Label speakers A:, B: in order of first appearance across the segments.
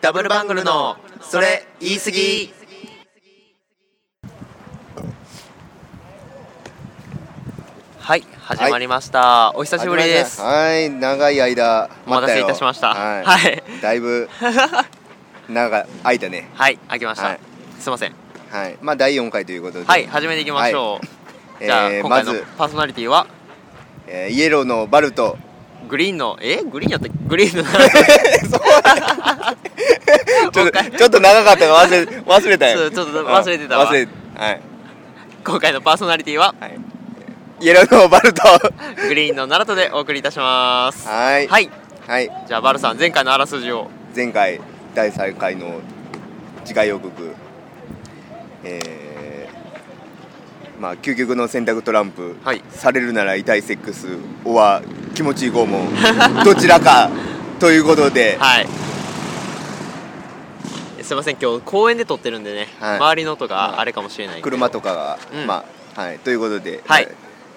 A: ダブルバングルのそれ言い過ぎはい始まりました、お久しぶりです
B: はい長い間
A: お待たせいたしました
B: はい、
A: はい
B: だ いぶ長い空いたね
A: はい開きました、
B: はい
A: すいません
B: はいまあ第4回ということで、
A: はい始めていきましょう、
B: はい
A: じゃあ、
B: えー
A: 今回
B: ま
A: の
B: ず
A: パーソナリティは
B: えーイエローのバルト
A: グリーンのえグリーンやったっけグリーンの
B: ち
A: もう
B: ょっ
A: 一回
B: とちょっと長かったから忘れ 忘れたよ
A: そうちょっと忘れてたわ
B: うん忘れはい、
A: 今回のパーソナリティは
B: はい、イエローのバルトは
A: グリーンの奈良とでお送りいたします
B: はい
A: はい
B: い
A: じゃあバルさん前回のあらすじを
B: 前回第3回の次回予告えーまあ究極の選択トランプ、
A: はい
B: されるなら痛いセックスおは気持ちいい 拷問どちらかということで、
A: はいすいません今日公園で撮ってるんでね、
B: はい
A: 周りの音があれかもしれないんで
B: 車とかが、
A: うん
B: まあはいということで、
A: はい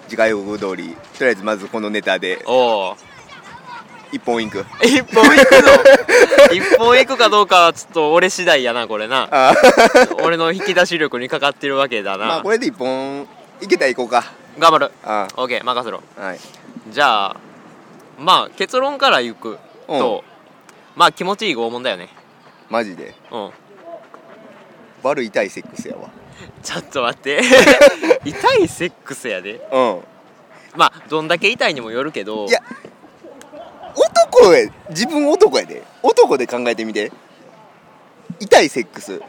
B: 次回予告通りとりあえずまずこのネタで
A: おお
B: 一本インク
A: 一本行く の一本行くかどうかはちょっと俺次第やなこれな
B: あー
A: 俺の引き出し力にかかってるわけだな、
B: まあこれで一本いけたらいこうか
A: 頑張る
B: あ
A: OK 任せろ
B: ーはい
A: じゃあまあ結論から行くと、まあ気持ちいい拷問だよね
B: マジで
A: うん
B: 悪い痛いセックスやわ
A: ちょっと待って 痛いセックスやで
B: うん
A: まあどんだけ痛いにもよるけど
B: いや男や自分男やで男で考えてみて痛いセックス
A: うん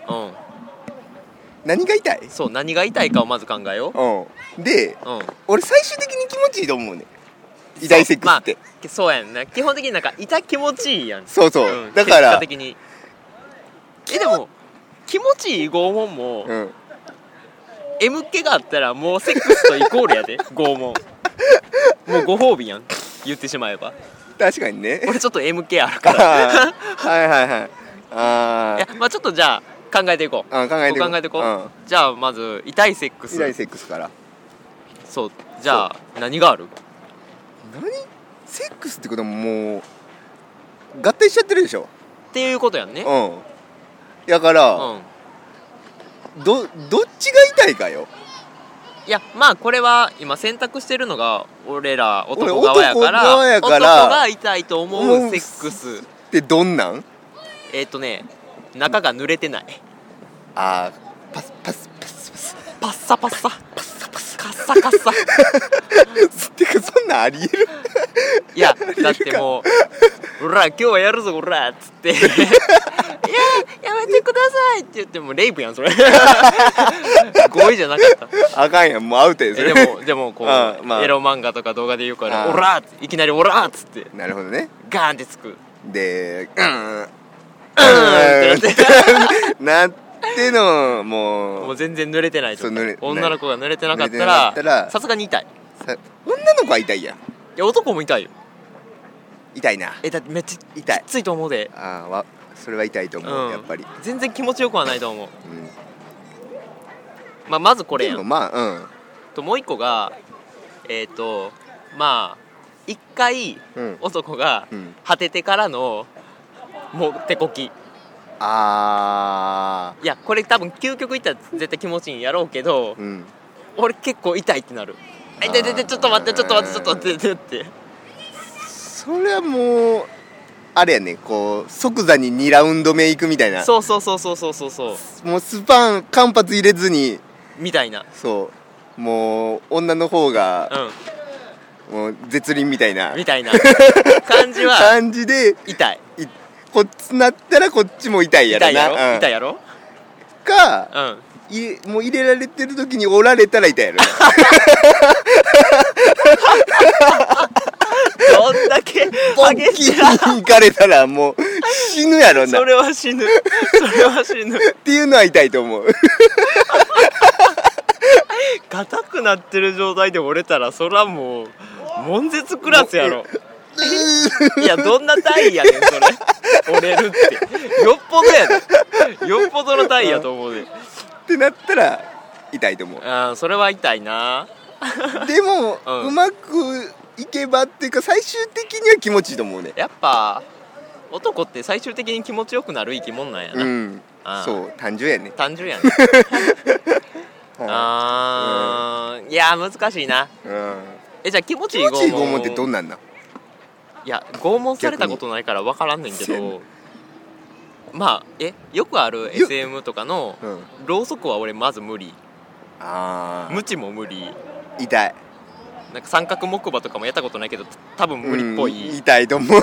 B: 何が痛い
A: そう何が痛いかをまず考えよ
B: うんで
A: う、うん、
B: 俺最終的に気持ちいいと思うね痛いセックスって、
A: そう,、まあ、そうやんな基本的になんか痛気持ちいいやん
B: そうそう、
A: ん
B: だか
A: 結果
B: ら
A: 的にえでも気持ちいい拷問も、
B: うん
A: M 気があったらもうセックスとイコールや で拷問もうご褒美やん言ってしまえば
B: 確かにね
A: 俺ちょっと M 気あるから
B: はいはいはいあ
A: いやまあちょっとじゃあ考えていこう
B: あ考えていこう
A: 考えていこう、
B: うん
A: じゃあまず痛いセック
B: ー
A: ス
B: 痛いセックスから
A: そうじゃあ何がある
B: 何セックスってことももう合体しちゃってるでしょ
A: っていうことやんね
B: うんだから、
A: うん
B: どどっちが痛いかよ
A: いやまあこれは今選択してるのが俺ら男側
B: 俺
A: やから
B: 男側やから
A: 男が痛いと思うセックス
B: ってどんなん
A: えっ、とね中が濡れてない
B: あーパスパスパス パス
A: パッサパッサパッサパサカッサカッサ
B: てかそんなんありえる
A: いやだってもう「おら今日はやるぞおら」っつ って「いややめてください」って言ってもレイプやんそ れ合意じゃなか った
B: あかんやんもうアウトやそ
A: え
B: れ
A: でもでもこう、
B: あまあ
A: エロ漫画とか動画で言うから「
B: あ
A: おら」っていきなり「おら」っつって
B: なるほどね
A: ガーンってつく
B: でうんうん
A: ーんって
B: なってのも
A: もう
B: う
A: 全然濡れてないと
B: そう濡れ
A: 女の子が濡れてなかっ
B: 濡れて
A: た
B: なかった
A: ら
B: ら
A: さすがに痛い
B: さ女の子は痛いやん
A: いや男も痛いよ
B: 痛いな
A: えだってめっちゃ
B: 痛い
A: きついと思うで
B: あーわそれは痛いと思う、
A: うん
B: やっぱり、
A: 全然気持ちよくはないと思う、
B: うん、
A: まあ、まずこれ
B: で
A: や
B: も
A: ん
B: まあ
A: ともう一個がえっ、とまあ一回
B: うん
A: 男が
B: うん
A: 果ててからのもう手こき
B: うんあ
A: いやこれ多分究極いったら絶対気持ちいいんやろうけど
B: ーうん
A: 俺結構痛いってなる「あ痛い痛い痛いちょっと待ってちょっと待ってちょっと待って」ちょっと待ってって
B: それはもうあれやねこう即座に2ラウンド目行くみたいな
A: そうそうそうそうそうそうそう
B: もうスパン間髪入れずに
A: みたいな
B: そうもう女の方が
A: うん
B: もう絶倫みたいな
A: みたいな感じ は
B: 感じで
A: 痛い
B: いこっちなったらこっちも痛いや
A: 痛
B: ろ
A: いや
B: な
A: ろ
B: うん
A: 痛いやろ
B: か
A: うん
B: いもう入れられてる時に折られたら痛いやろ
A: どんだけ
B: ボ ッ
A: 激
B: キ
A: しい
B: ーにいかれたらもう死ぬやろな
A: そ
B: っ
A: れは死ぬそれは死ぬ
B: ていうのは痛いと思う
A: 硬くなってる状態で折れたらそらもう悶絶クラス やろいやどんな体位やねんそれ折れるってよっぽどやでよっぽどの体位やと思うで
B: ってなったら痛いと思う
A: あーそれは痛いな
B: でも、
A: う
B: うんまくいけばっていうか最終的には気持ちいいと思うね
A: やっぱ男って最終的に気持ちよくなる生き物なんやな、
B: うん
A: あー
B: そう単純やね
A: 単純やね
B: うん
A: あーいやー難しいな
B: うん
A: えじゃあ気持ち
B: 気
A: いい
B: 持ちいい
A: 拷
B: 拷問
A: 問
B: ってどん
A: な
B: なんなん
A: いや拷問されたことないから分からんねんけ
B: 逆に
A: どまあえよくある SM とかの
B: うん
A: ろうそくは俺まず無理
B: あ
A: 無知も無理
B: あ痛い
A: なんか三角木馬とかもやったことないけど多分無理っぽい、
B: うん痛いと思 う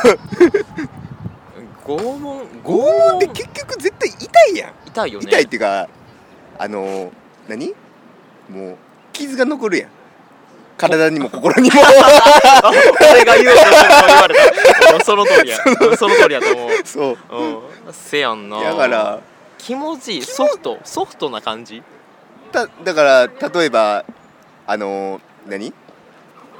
A: 拷問拷
B: 拷問って結局絶対痛いやん
A: 痛いよね
B: 痛いっていうかあのー何もう傷が残るやん体にも 心にも
A: あ俺が言うと言われたうん その通りやうんその通りやと思う
B: そう
A: うんせやんな
B: だから
A: 気持ちいいソフトソフトな感じ
B: ただから例えばあのー何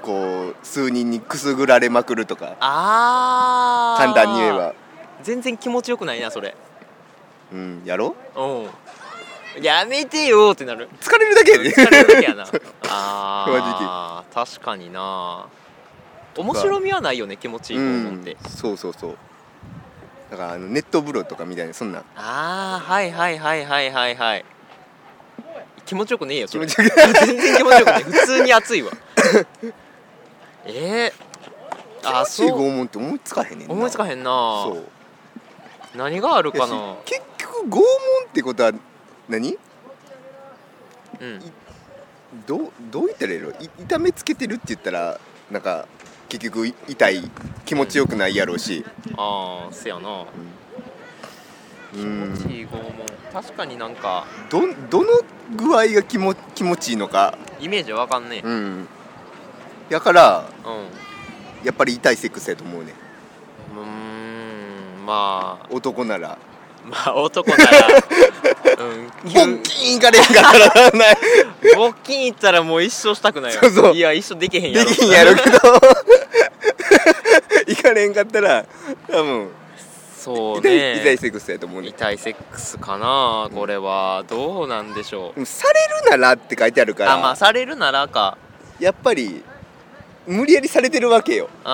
B: こう数人にくすぐられまくるとか
A: ああ
B: 簡単に言えば
A: 全然気持ちよくないなそれ
B: うんやろう
A: うんやめてよーって なる
B: 疲れるだけやで、
A: 疲れるだけやなあー確かにな面白みはないよね気持ちいい拷問って、
B: うんそうそうそうだからあのネット風呂とかみたいなそんなん
A: ああはいはいはいはいはいはい気持ちよくねえよそ
B: 気
A: れ
B: 持ちよく
A: 全然気持ちよくない普通に暑 いわえー、あー
B: しい
A: そう
B: 拷問って思いつかへんねんな
A: 思いつかへんな
B: そう
A: 何がある
B: いや
A: か
B: し
A: な
B: 結局拷問ってことは何
A: うん
B: どうどう言ったらいいのい痛めつけてるって言ったらなんか結局い痛い気持ちよくないやろうし、
A: ああせやな
B: う
A: 気
B: ん
A: 持ちいい拷問確かになんか
B: どどの具合が気も気持ちいいのか、
A: イメージわかんねえ
B: うん、やから
A: うん
B: やっぱり痛いセックスやと思うね
A: うーんま
B: 男なら
A: あ まあ男 ならうん
B: ボッキーンいかれんかったらない
A: ボッキンいったらもう一生したくないよ
B: そうそう
A: いや一生できへんや
B: で
A: ろ
B: きんやろうけど いかれんかったら多分
A: そう
B: 痛い
A: ね
B: 痛いセックスやと思うね
A: 痛いセックスかなこれはどうなんでしょう
B: でもされるならって書いてあるから
A: あまあされるならか
B: やっぱり無理やりされてるわけよ
A: うん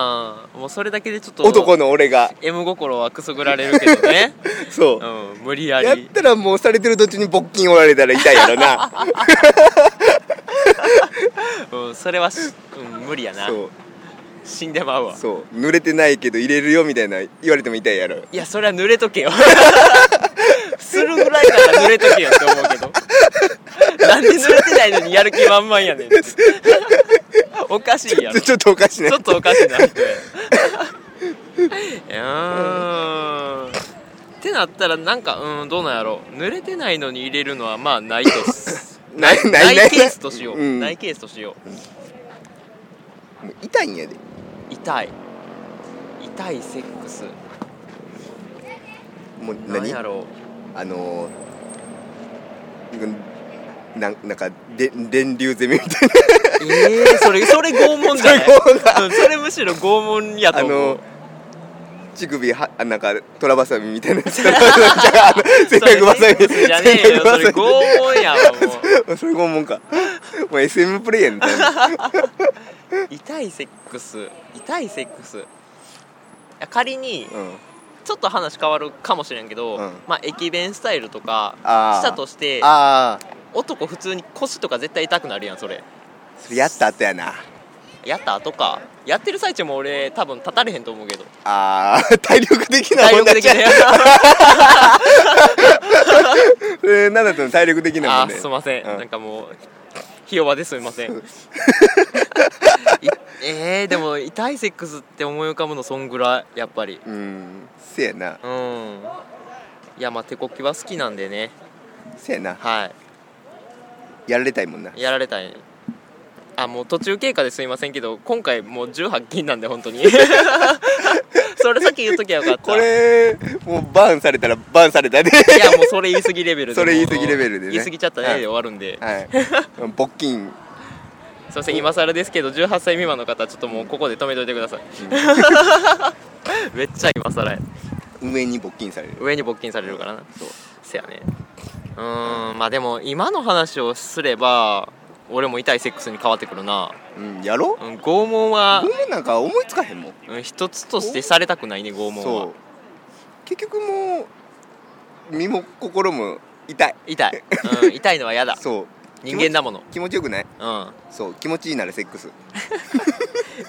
A: もうそれだけでちょっと
B: 男の俺が
A: M 心はくすぐられるけど ね
B: そうう、
A: ん無理や
B: やっ
A: り
B: たらもうされてる途中に勃起おられたら痛いやろな
A: うんそれはし、うん、無理 やな
B: そう
A: 死んでまうわ
B: そう濡れてないけど入れるよみたいな言われても痛いやろ
A: いやそれは濡れとけよ するぐらいなら濡れとけよって思うけどなんで濡れてないのにやる気満々やねんって おかしいやろ
B: ちょっとおかしいね
A: ちょっとおかしいな 人やうーんってなったらなんかうんどうなんやろう濡れてないのに入れるのはまあないとす
B: ないな
A: な
B: いないい
A: ケースとしよう、
B: うん
A: ないケースとしよう
B: もう痛いんやで
A: 痛い痛いセックス
B: もう
A: なん
B: 何
A: やろ
B: あのー、うんなんなんかで電流攻め みたいう
A: えー、それそれ拷問じゃない
B: それ拷問だ
A: うんそれむしろ拷問や
B: なあ
A: と思
B: の
A: う
B: ー乳首はあなんかトラバサミみたいなやつ じゃああの
A: それ
B: 戦略バサミ
A: セックスじゃねえよそれ拷問やわもう
B: それ拷問かもう SM プレイヤーみた いな
A: 痛いセックス痛いセックスいや仮に
B: うん
A: ちょっと話変わるかもしれんけど、
B: うん
A: まあ駅弁スタイルとか
B: あー
A: したとして
B: ああ
A: 男普通に腰とか絶対痛くなるやんそれ
B: それやった後やな
A: やった後かやってる最中も俺多分立たれへんと思うけど
B: あー 体力的な
A: 体
B: 問
A: 力
B: 題
A: 的
B: じゃ
A: なんや
B: それ何だったの体力的な
A: あー
B: 問題
A: すいません、
B: うん
A: なんかもうひ弱ですみま せんいえー、でも痛いセックスって思い浮かぶのそんぐらいやっぱり
B: うんせやな
A: うんいやまあ手こきは好きなんでね
B: せやな
A: は
B: やられたいもんない
A: やられたいあもう途中経過ですいませんけど今回もう18禁なんで本 当にそれ先言っときゃよかった
B: これもうバンされたらバンされた で
A: いやもうそれ言い過ぎレベルで
B: それ言い過ぎレベルでね
A: 言い過ぎちゃったね
B: はい
A: で終わるんで、
B: はい勃起うん
A: すいません今更ですけど18歳未満の方ちょっともうここで止めといてくださいめっちゃ今更や
B: 上に勃起される
A: 上に勃起されるからな
B: そう
A: せやねうーんまあでも今の話をすれば俺も痛いセックスに変わってくるな、
B: うんやろ
A: うん、拷問は
B: 拷問なんか思いつかへんもん
A: うん一つとしてされたくないね拷問は
B: そう結局もう身も心も痛い
A: 痛い、うん、痛いのは嫌だ
B: そう
A: 人間だもの
B: 気持ちよくない
A: うん
B: そう気持ちいいならセックス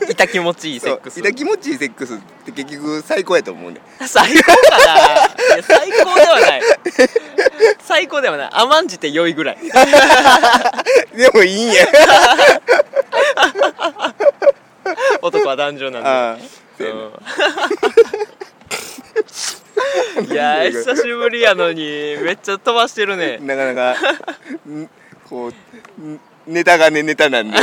A: 痛気持ちいいセックス
B: そう痛気持ちいいセックスって結局最高やと思うね
A: 最高かないや最高ではない最高ではない甘んじて良いぐらい
B: でもいいんや
A: 男は男女なん
B: ああ
A: で、うんいやー久しぶりやのにめっちゃ飛ばしてるね
B: なかなかんこうんネタがねネタなんで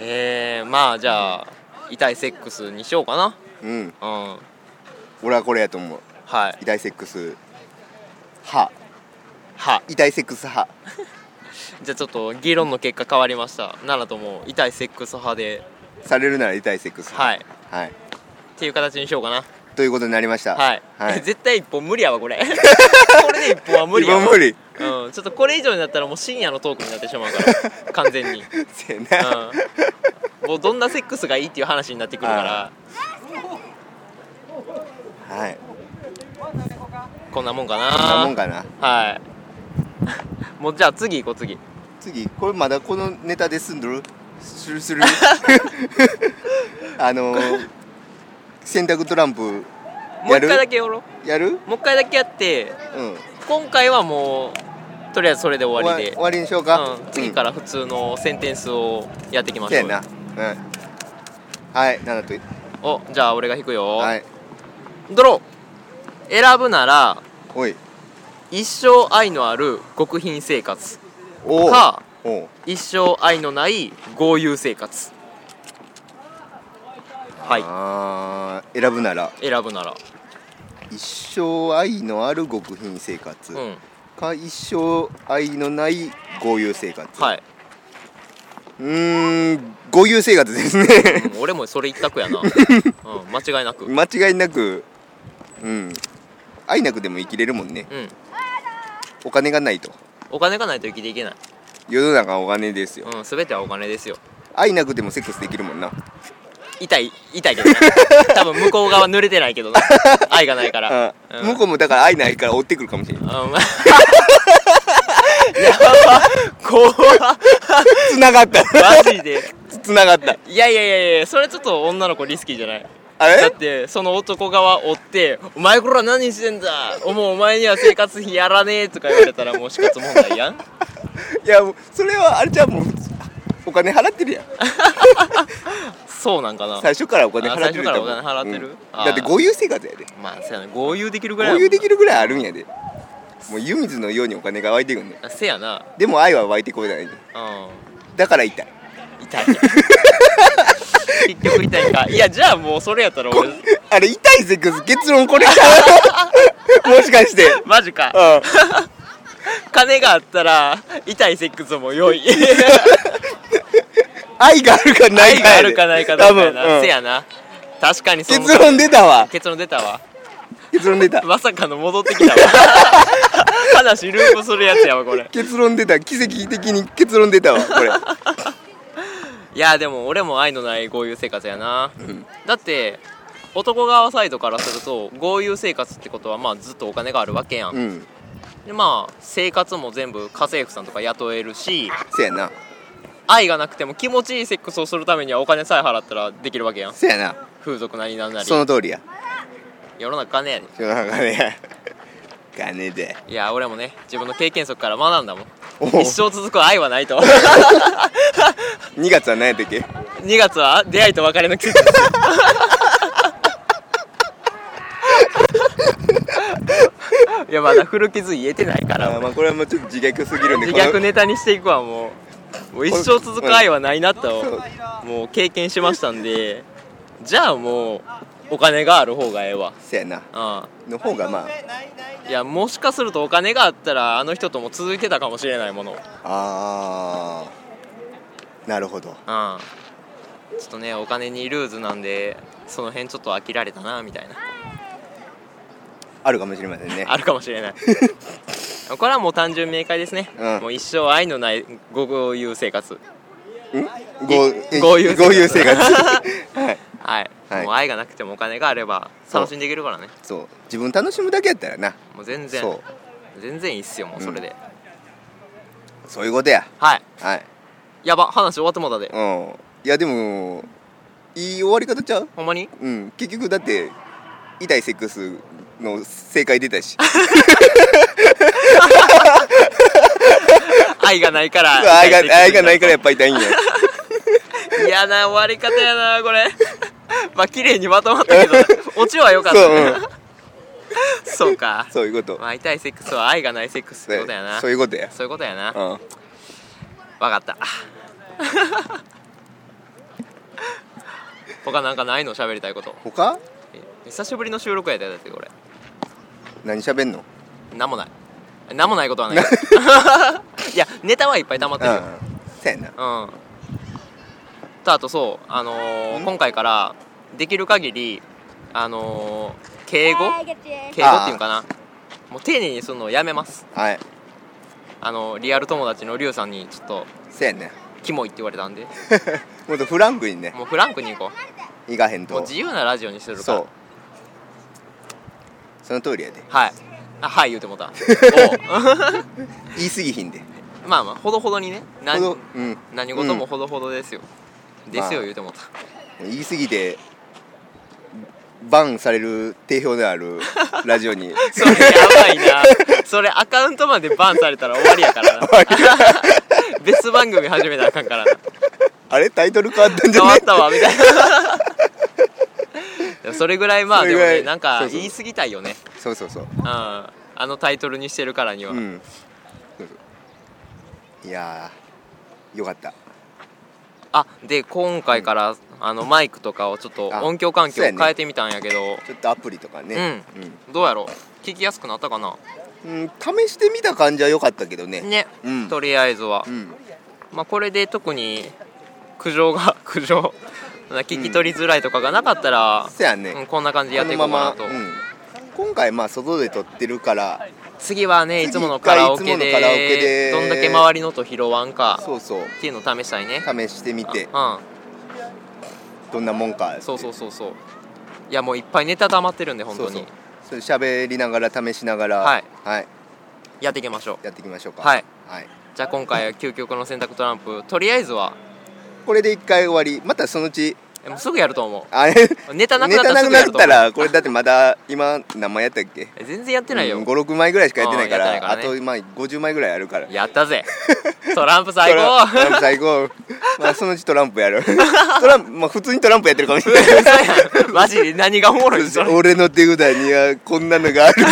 A: えー、まあじゃあ痛いセックスにしようかな
B: うん、うん、
A: うん
B: 俺はこれやと思う
A: はい
B: 痛いセックス歯
A: は
B: 痛いセックス歯
A: じゃあちょっと議論の結果変わりましたならとも痛いセックス派で
B: されるなら痛いセックス歯
A: はいっ
B: はい
A: ていう形にしようかな
B: ということになりました
A: はい、
B: はい
A: 絶対一本無理やわ これこれで一本は無理やわ
B: 自分無理
A: うん、ちょっとこれ以上になったらもう深夜のトークになってしまうから完全に、
B: せやな、
A: うん、もうどんなセックスがいいっていう話になってくるから
B: はい
A: こんなもんか
B: こんなもん
A: な
B: かな
A: はい もうじゃあ次行こう次
B: 次これまだこのネタで済んどるする するあのー、洗濯トランプ
A: もう
B: や
A: 一
B: る
A: 回だけやろう
B: やる
A: もう一回だけやって
B: うん
A: 今回はもうとりあえずそれで終わりで
B: 終わりにしようか、
A: うん、次から普通のセンテンスをやっていきま
B: せ
A: しょ
B: や
A: う
B: なうんはい7とい
A: おじゃあ俺が引くよ、
B: はい
A: ドロー選ぶなら
B: おい
A: 一生愛のある極貧生活
B: おう
A: か
B: おう
A: 一生愛のない豪遊生活はい
B: あー選ぶなら
A: 選ぶなら
B: 一生愛のある極貧生活、
A: うん
B: か一生愛のない豪遊生活
A: はい、
B: うーん豪遊生活ですね
A: うん、俺もそれ一択や な、うん、間違いなくうん
B: 間違いなくうん愛なくでも生きれるもんねお金がないと
A: お金がないと生きていけない、
B: 世の中はお金ですよ
A: うん、全てはお金ですよ
B: 愛なくてもセックスできるもんな
A: 痛い痛いけどな多分向こう側濡れてないけどな愛がないから
B: あ、
A: うん、
B: 向こうもだから愛ないから追ってくるか もしれない
A: うんやば怖っ
B: 繋がった
A: マジで
B: 繋がった
A: いやいやいやいやそれちょっと女の子リスキーじゃない
B: あ
A: だっ
B: れ
A: てその男側追って「お前こら何してんだおもうお前には生活費やらねえ」とか言われたらもう死活問題やん
B: いやもうそれはあれじゃんもうお金払ってるやん
A: そうなんかな
B: 最初からお金
A: あ
B: 払ってると思
A: 最
B: う
A: 初からお金払ってる
B: うん
A: あー
B: だって豪遊生活やで
A: まあそうやな豪遊できるぐらい
B: 豪遊で
A: る
B: きるぐらいあるんやでもう湯水のようにお金が湧いてくんね
A: せやな
B: でも愛は湧いてこな
A: う
B: いね
A: ん
B: だから痛い
A: 痛い 結局痛いんかいやじゃあもうそれやったら
B: こ
A: 俺
B: あれ痛いセックス結論これか もしかして
A: マジか
B: う
A: 金があったら痛いセックスも 良い
B: ん愛があるかない
A: 愛
B: か
A: があ
B: やで
A: るかないかだ
B: 多
A: った
B: 分
A: よな、
B: うん
A: せやな確かにその
B: 結論出たわ
A: 結論出たわ
B: 結論出た
A: まさかの戻ってきたわ 話ループするやつやわこれ
B: 結論出た奇跡的に結論出たわこれ
A: いやでも俺も愛のない豪遊生活やな、
B: ん
A: だって男側サイドからすると豪遊生活ってことはまあずっとお金があるわけやん、
B: うん
A: でまあ生活も全部家政婦さんとか雇えるし
B: せやな
A: 愛がなくても気持ちいいセックスをするためにはお金さえ払ったらできるわけやん
B: せやな
A: 風俗なりなんなり
B: その通りや
A: 世の中金やで
B: 世の中ね金で
A: いや俺もね自分の経験則から学んだもん
B: お
A: 一生続く愛はないと
B: 2月は何やったっけ
A: 2月は出会いと別れの季 節ですいやまだ古傷言えてないか
B: あー
A: ら
B: まあこれはもうちょっと自虐すぎるんで
A: 自虐
B: この
A: ネタにしていくわもうもう一生続く愛はないなと
B: そう
A: もう経験しましたんでじゃあもうお金がある方がええわ
B: せやな
A: う
B: の方がま
A: んいやもしかするとお金があったらあの人とも続いてたかもしれないもの
B: ああーなるほど
A: うんちょっとねお金にルーズなんでその辺ちょっと飽きられたなみたいな
B: あるかもしれませんね
A: あるかもしれない これはもう単純明快ですね、
B: うん
A: もう一生愛のないご豪遊生活
B: ご
A: 豪
B: 豪
A: 遊
B: 遊
A: 生活
B: 生活はい
A: はい
B: はい
A: もう愛がなくてもお金があれば楽しんでいけるからね
B: そう自分楽しむだけやったらな
A: もう全然
B: そう
A: 全然いいっすよもうそれで、
B: そういうことや
A: はい
B: はい
A: やば話終わってもうたで、
B: うんいやでもいい終わり方ちゃう
A: ほんまに
B: うん結局だって痛いセックスの正解出 たし
A: 愛がないから
B: 愛が愛がないからやっぱ痛い んや
A: 嫌な終わり方やなこれ まあ綺麗にまとまったけ どオチは良かった
B: そう、
A: ね
B: うん、
A: そうか
B: そういうこと
A: まあ痛いセックスは愛がないセックスってことやな
B: そ
A: そうう
B: いうことや
A: いうことやな
B: うん
A: わかった 他なんかないの喋りたいこと
B: 他
A: え久しぶりの収録やでだってこれ
B: 何喋んの
A: なんもないなんもないことは ないいやネタはいっぱい溜まって
B: う
A: る
B: ん
A: よ
B: そうやな
A: うん、とあとそうあのー
B: ん
A: 今回からできる限りあのー敬語
C: I get you.
A: 敬語っていうんかなもう丁寧にするのをやめます
B: はい
A: あのリアル友達のリュウさんにちょっと
B: そうやね
A: キモいって言われたんで
B: もっとフランクにね
A: もうフランクに行こ
B: いかへん
A: うもう
B: と
A: 自由なラジオにするか
B: そ
A: ら
B: うその通りやで
A: はいあはい言うてもう た
B: 言い過ぎひんで
A: おう まあまあほどほどにねな
B: ほどうん
A: 何事も
B: うん
A: ほどほどですよ、ですよ
B: まあ
A: 言うてもうた、
B: 言い過ぎてバンされる定評であ るラジオに
A: それやばいなそれアカウントまでバンされたら終わりやからな別番組始めたらあかんからな
B: あれタイトル変わったんじ
A: 変わ
B: ゃな
A: っ
B: い
A: たわみたい なでもそれぐらいまあ
B: そ
A: で
B: れ
A: も
B: ぐらい
A: ねなんか
B: そうそう
A: 言い過ぎたいよね
B: そうそうそう
A: うんあのタイトルにしてるからには、
B: うんそうそういやーよかった
A: あで今回から、あのマイクとかをちょっと
B: あ
A: 音響環境
B: そう
A: を
B: やね
A: 変えてみたんやけど
B: ちょっとアプリとかね
A: どうやろう聞きやすくなったかな
B: うん、うん試してみた感じは良かったけどね
A: ね、
B: うん
A: とりあえずは、
B: うん
A: まあこれで特に苦情が苦情 聞き取りづらいとかがなかったら、
B: そやね、
A: うんこんな感じでやっていこ
B: こ
A: う
B: の
A: か
B: ま
A: なと、
B: ま、うん、今回まあ外で撮ってるから
A: 次はねいつもの
B: 次
A: カ
B: 回
A: ラオケ
B: いつものカラオケ
A: で
B: で
A: どんだけ周りのと拾わんか
B: そうそう
A: っていうの試したいね
B: 試してみて
A: うん
B: どんなもんか
A: そうそう
B: そ
A: そうそういやもういっぱいネタ溜まってるんで本当に
B: そうそうそれ喋りながら試しながら
A: はい、
B: はい、
A: やっていきましょう
B: やっていきましょうか
A: はい、
B: はい、
A: じゃあ今回は究極の選択トランプとりあえずは
B: これで一回終わりまたそのうち
A: えもうすぐやると思
B: あれ
A: うネタなく
B: ネ
A: なった
B: タ
A: ら
B: な
A: す
B: く
A: ぐや
B: なっ
A: ると
B: た
A: 思う
B: らこれだってまだ今何枚やったっけ
A: え全然やってないよ、
B: うん56枚ぐらいしかやってないから
A: うんやってない
B: あ
A: からね
B: とまあ50枚ぐらいあるから
A: やったぜトランプ最
B: トラトラン
A: 高
B: プ最高 まあそのうちトランプやるトランプまあ普通にトランプやってるかもしれない
A: 嘘や んマジで何がおもろいんそれ
B: 俺の手札にはこんな のがある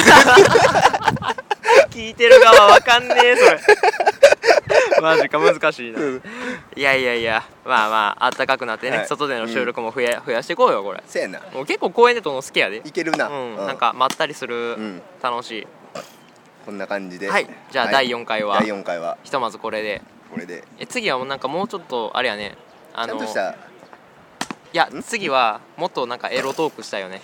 A: 聞いてる側わかんねえそれ マジか難しいないやいやいやまあまああったかくなってね、
B: はい
A: 外での収録も増や,、増やしていこうよこれ
B: せやな
A: もう結構公園で撮るの好きやで
B: いけるな、
A: うん、なんかまったりする、
B: うん
A: 楽し
B: こんな感じ
A: い
B: では
A: はいじゃあ第4回は、
B: 第4回は
A: ひとまずこれで
B: これで
A: え次はもうなんかもうちょっとあれやねあ
B: ちゃ
A: の
B: んとした
A: いや次はもっとなんかエロトークしたいよね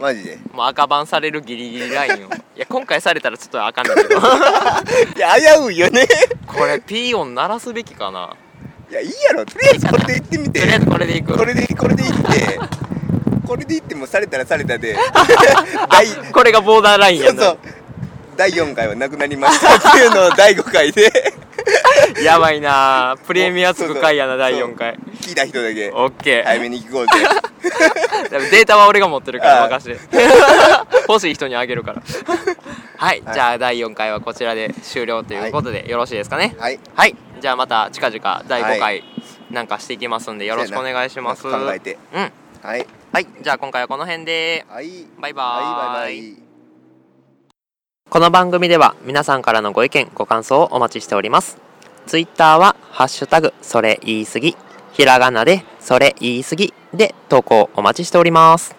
B: マジで
A: もう赤番されるギリギリラインをいや今回されたらちょっとあかんねんけど
B: いや危ういよね
A: これピー音鳴らすべきかない
B: やいいやろとりあえずこれで行ってみ
A: とりあえ
B: て
A: ずこれでいく
B: これでこれで行ってこれで行ってもされたらされ たで第
A: これがボーダーライン
B: そ
A: や
B: う
A: な
B: そう第4回はなくなりましたっていうのを第5回で
A: やばいなプレミアつく回やな
B: そうそ
A: 第4
B: う
A: 回
B: 聞いた人だけ
A: オッケー
B: 早めに聞こうぜ
A: データは俺が持ってるから
B: ああ
A: 任せて 欲しい人にあげるからはい、じゃあ第4回はこちらで終了ということで、よろしいですかね
B: はい
A: はいじゃあまた近々第5
B: は
A: 回なんかしていきますんでよろしくお願いします
B: そうやな考えて
A: うん
B: はい
A: はいじゃあ今回はこの辺で
B: はい
A: バイバーイ
B: はいバイバイ
A: この番組では皆さんからのご意見ご感想をお待ちしておりますツイッターは「ハッシュタグそれ言い過ぎ」ひらがなで「それ言い過ぎ」で投稿お待ちしております